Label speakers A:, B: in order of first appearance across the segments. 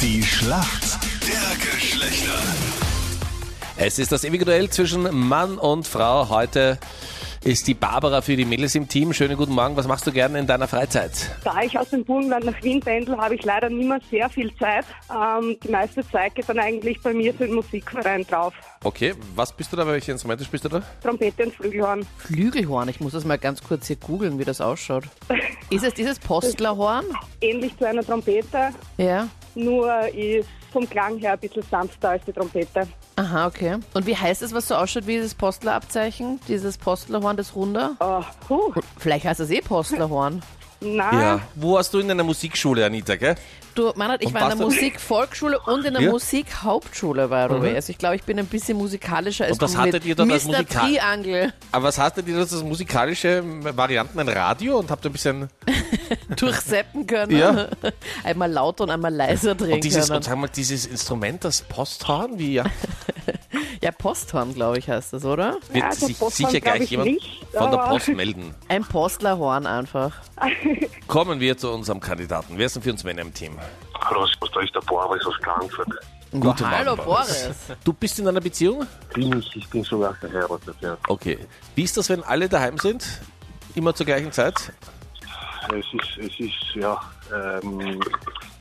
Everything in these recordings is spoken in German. A: Die Schlacht der Geschlechter.
B: Es ist das ewige Duell zwischen Mann und Frau. Heute ist die Barbara für die Mädels im Team. Schönen guten Morgen. Was machst du gerne in deiner Freizeit?
C: Da ich aus dem Burgenland nach Wien pendel, habe ich leider nicht mehr sehr viel Zeit. Ähm, die meiste Zeit geht dann eigentlich bei mir für den Musikverein drauf.
B: Okay, was bist du da? Welche Instrumente spielst du da?
C: Trompete und Flügelhorn.
D: Flügelhorn, ich muss das mal ganz kurz hier googeln, wie das ausschaut. Ist es dieses Postlerhorn?
C: Ähnlich zu einer Trompete,
D: Ja.
C: nur ist vom Klang her ein bisschen sanfter als die Trompete.
D: Aha, okay. Und wie heißt es, was so ausschaut wie dieses Postlerabzeichen? Dieses Postlerhorn, das Runde?
C: Oh, huh,
D: Vielleicht heißt es eh Postlerhorn.
C: na,
B: Ah, Wo warst du in deiner Musikschule, Anita, gell?
D: Du, Meinert, ich
B: Und
D: war in
B: warst
D: der
B: du-
D: Musikvolksschule und in der
B: Ja.
D: Musikhauptschule war mhm. Also ich glaube, ich bin ein bisschen musikalischer als
B: Und was
D: du
B: hattet
D: mit
B: ihr dort als
D: Mr.
B: Musikal-
D: Triangel
B: Aber was hast denn dir das, das musikalische Varianten ein Radio und habt ein bisschen
D: durchseppen können.
B: Ja.
D: Einmal laut und einmal leiser drehen
B: und dieses und
D: können.
B: sag mal dieses Instrument, das Posthorn, wie ja,
D: Ja, Posthorn, glaube ich, heißt das, oder?
B: wird
C: Ja, also
B: sich
C: Posthorn
B: sicher
C: glaub
B: gleich
C: ich
B: jemand
C: nicht,
B: von der
C: aber-
B: Post melden.
D: Ein Postlerhorn einfach.
B: Kommen wir zu unserem Kandidaten. Wer sind für uns Männer im Team?
E: Hallo, da ist der Boris aus Frankfurt.
B: Guten
D: Hallo
B: Morgen,
D: Boris.
B: Du bist in einer Beziehung?
E: Bin ich, ich bin sogar verheiratet, ja.
B: Okay. Wie ist das, wenn alle daheim sind? Immer zur gleichen Zeit?
E: Es ist, es ist, ja, ähm,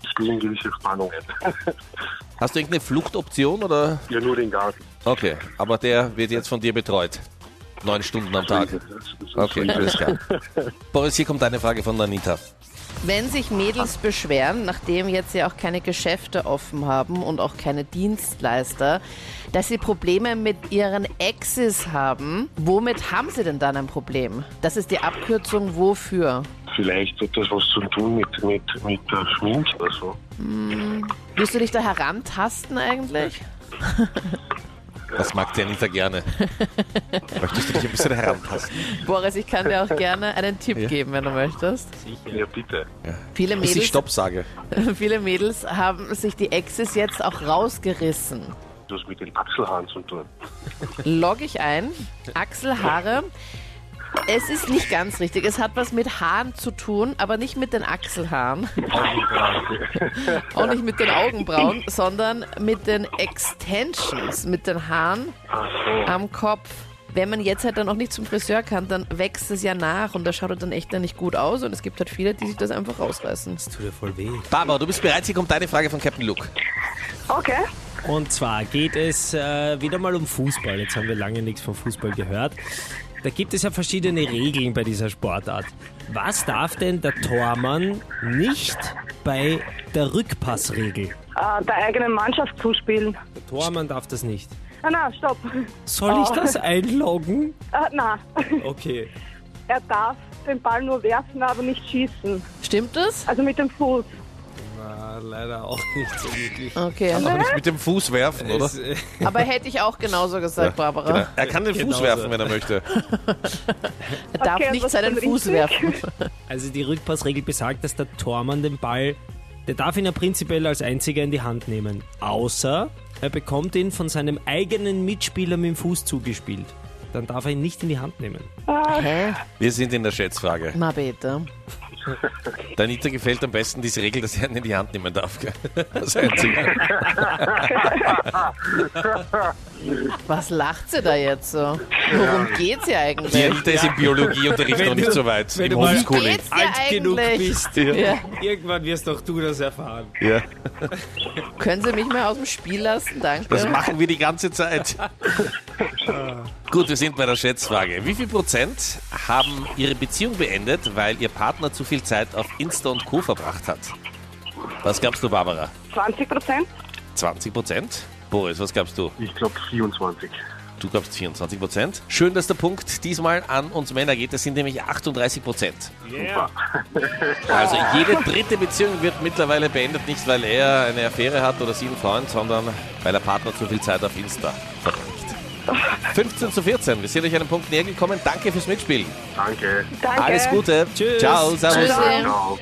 E: es spielen gewisse Spannungen.
B: Hast du irgendeine Fluchtoption oder?
E: ja, nur den Garten.
B: Okay, aber der wird jetzt von dir betreut. Neun Stunden am Tag. Okay, alles klar. Boris, hier kommt eine Frage von Anita.
D: Wenn sich Mädels beschweren, nachdem jetzt ja auch keine Geschäfte offen haben und auch keine Dienstleister, dass sie Probleme mit ihren Exes haben, womit haben sie denn dann ein Problem? Das ist die Abkürzung wofür?
E: Vielleicht hat das was zu tun mit, mit, mit der Schminke oder so.
D: Willst du dich da herantasten eigentlich?
B: Das mag die Anita gerne. Möchtest du dich ein bisschen herantasten?
D: Boris, ich kann dir auch gerne einen Tipp geben, wenn du möchtest.
E: Ja, bitte.
D: Viele
B: Bis ich
D: Mädels,
B: Stopp sage.
D: viele Mädels haben sich die Exes jetzt auch rausgerissen.
E: Das mit den Achselhaaren zu tun.
D: logge ich ein. Achselhaare. Es ist nicht ganz richtig. Es hat was mit Haaren zu tun, aber nicht mit den Achselhaaren. Auch nicht mit den Augenbrauen, sondern mit den Extensions, mit den Haaren
E: Ah,
D: am Kopf. Wenn man jetzt halt dann auch nicht zum Friseur kann, dann wächst es ja nach und das schaut dann echt dann nicht gut aus und es gibt halt viele, die sich das einfach rausreißen.
F: Tut dir voll weh.
B: Barbara, du bist bereit. Hier kommt deine Frage von Captain Luke.
C: okay.
F: Und zwar geht es äh, wieder mal um Fußball. Jetzt haben wir lange nichts von Fußball gehört. Da gibt es ja verschiedene Regeln bei dieser Sportart. Was darf denn der Tormann nicht bei der Rückpassregel?
C: Äh, der eigenen Mannschaft zuspielen.
F: Der Tormann darf das nicht.
C: Ah, na, stopp.
F: Soll ich das einloggen?
C: Äh, na,
F: Okay.
C: er darf den Ball nur werfen, aber nicht schießen.
D: Stimmt das?
C: Also mit dem Fuß.
F: Na, leider auch nicht so wirklich.
D: Okay.
B: Kann doch nicht mit dem Fuß werfen, oder? Genau.
F: Es, äh,
D: Aber hätte ich auch genauso gesagt, Barbara.
B: Er kann den Fuß
F: Genauso.
B: werfen, wenn er möchte.
D: Er darf
C: Okay, und
D: nicht
C: was
D: seinen
C: ist
D: Fuß
C: denn richtig?
D: werfen.
F: Also die Rückpassregel besagt, dass der Tormann den Ball, der darf ihn ja prinzipiell als einziger in die Hand nehmen, außer er bekommt ihn von seinem eigenen Mitspieler mit dem Fuß zugespielt. Dann darf er ihn nicht in die Hand nehmen.
D: Hä?
B: Wir sind in der Schätzfrage.
D: Na bitte.
B: Der Anita gefällt am besten diese Regel, dass er ihn in die Hand nehmen darf. Gell? Das Einzige.
D: Was lacht sie da jetzt so? Worum geht's hier
B: Die
D: eigentlich?
B: Anita ist im Biologieunterricht noch nicht so weit.
F: wenn
B: Im
F: du mal-
D: Wie
B: Homeschooling.
D: geht's dir
F: Alt genug
D: eigentlich?
F: bist.
D: Ja.
F: Irgendwann wirst doch du das erfahren.
B: Ja.
D: Können Sie mich mal aus dem Spiel lassen?
B: Das
D: Danke.
B: machen wir die ganze Zeit. Gut, wir sind bei der Schätzfrage. Wie viel Prozent haben ihre Beziehung beendet, weil ihr Partner zu viel Zeit auf Insta und Co. verbracht hat? Was glaubst du, Barbara?
C: 20 Prozent?
B: 20 Prozent? Boris, was glaubst du?
E: Ich glaube 24.
B: Du glaubst 24 Prozent. Schön, dass der Punkt diesmal an uns Männer geht. Das sind nämlich 38 Prozent. Also jede dritte Beziehung wird mittlerweile beendet, nicht weil er eine Affäre hat oder sie einen Freund, sondern weil der Partner zu viel Zeit auf Insta verbringt. 15 zu 14. Wir sind euch einen Punkt näher gekommen. Danke fürs Mitspielen.
E: Danke.
C: Danke.
B: Alles Gute.
F: Tschüss.
B: Ciao. Servus.
D: Tschüssi.
E: Ciao.